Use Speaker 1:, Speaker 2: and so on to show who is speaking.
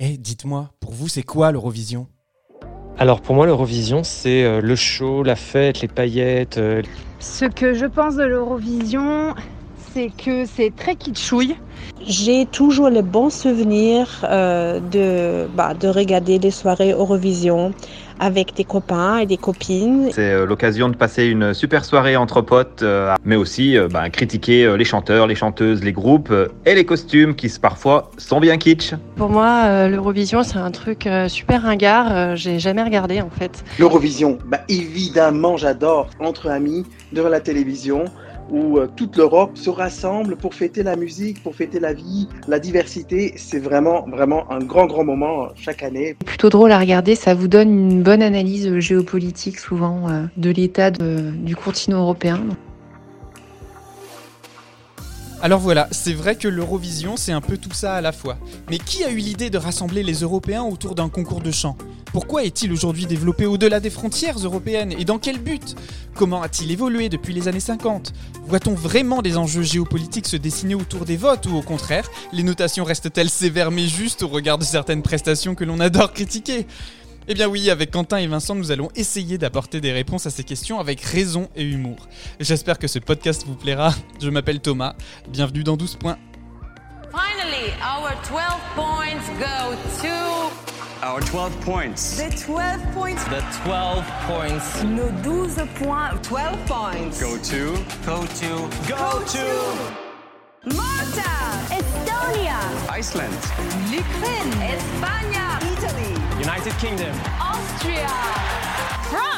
Speaker 1: Eh, dites-moi, pour vous, c'est quoi l'Eurovision
Speaker 2: Alors pour moi, l'Eurovision, c'est euh, le show, la fête, les paillettes. euh,
Speaker 3: Ce que je pense de l'Eurovision, c'est que c'est très kitschouille.
Speaker 4: J'ai toujours le bon souvenir euh, de, bah, de regarder des soirées Eurovision avec des copains et des copines.
Speaker 5: C'est euh, l'occasion de passer une super soirée entre potes, euh, mais aussi euh, ben, critiquer euh, les chanteurs, les chanteuses, les groupes euh, et les costumes qui s- parfois sont bien kitsch.
Speaker 6: Pour moi, euh, l'Eurovision, c'est un truc euh, super ringard. euh, J'ai jamais regardé, en fait.
Speaker 7: L'Eurovision, bah évidemment j'adore, entre amis, devant la télévision, où euh, toute l'Europe se rassemble pour fêter la musique, pour fêter la vie, la diversité. C'est vraiment, vraiment un grand, grand moment euh, chaque année.
Speaker 8: plutôt drôle à regarder. Ça vous donne une bonne analyse euh, géopolitique souvent euh, de l'état de- du continent européen.
Speaker 1: Alors voilà, c'est vrai que l'Eurovision, c'est un peu tout ça à la fois. Mais qui a eu l'idée de rassembler les Européens autour d'un concours de chant Pourquoi est-il aujourd'hui développé au-delà des frontières européennes Et dans quel but Comment a-t-il évolué depuis les années 50 Voit-on vraiment des enjeux géopolitiques se dessiner autour des votes ou au contraire, les notations restent-elles sévères mais justes au regard de certaines prestations que l'on adore critiquer eh bien oui, avec Quentin et Vincent, nous allons essayer d'apporter des réponses à ces questions avec raison et humour. J'espère que ce podcast vous plaira. Je m'appelle Thomas, bienvenue dans 12 points.
Speaker 9: Finally, our 12 points go to
Speaker 10: Our 12 points.
Speaker 9: the 12 points.
Speaker 10: The 12 points
Speaker 9: Nos 12 points. 12 points.
Speaker 10: go to. Go to.
Speaker 9: Go to Malta, Estonia,
Speaker 10: Iceland.
Speaker 9: l'Ukraine, Espagne, Italy,
Speaker 10: United Kingdom.
Speaker 9: Austria, France.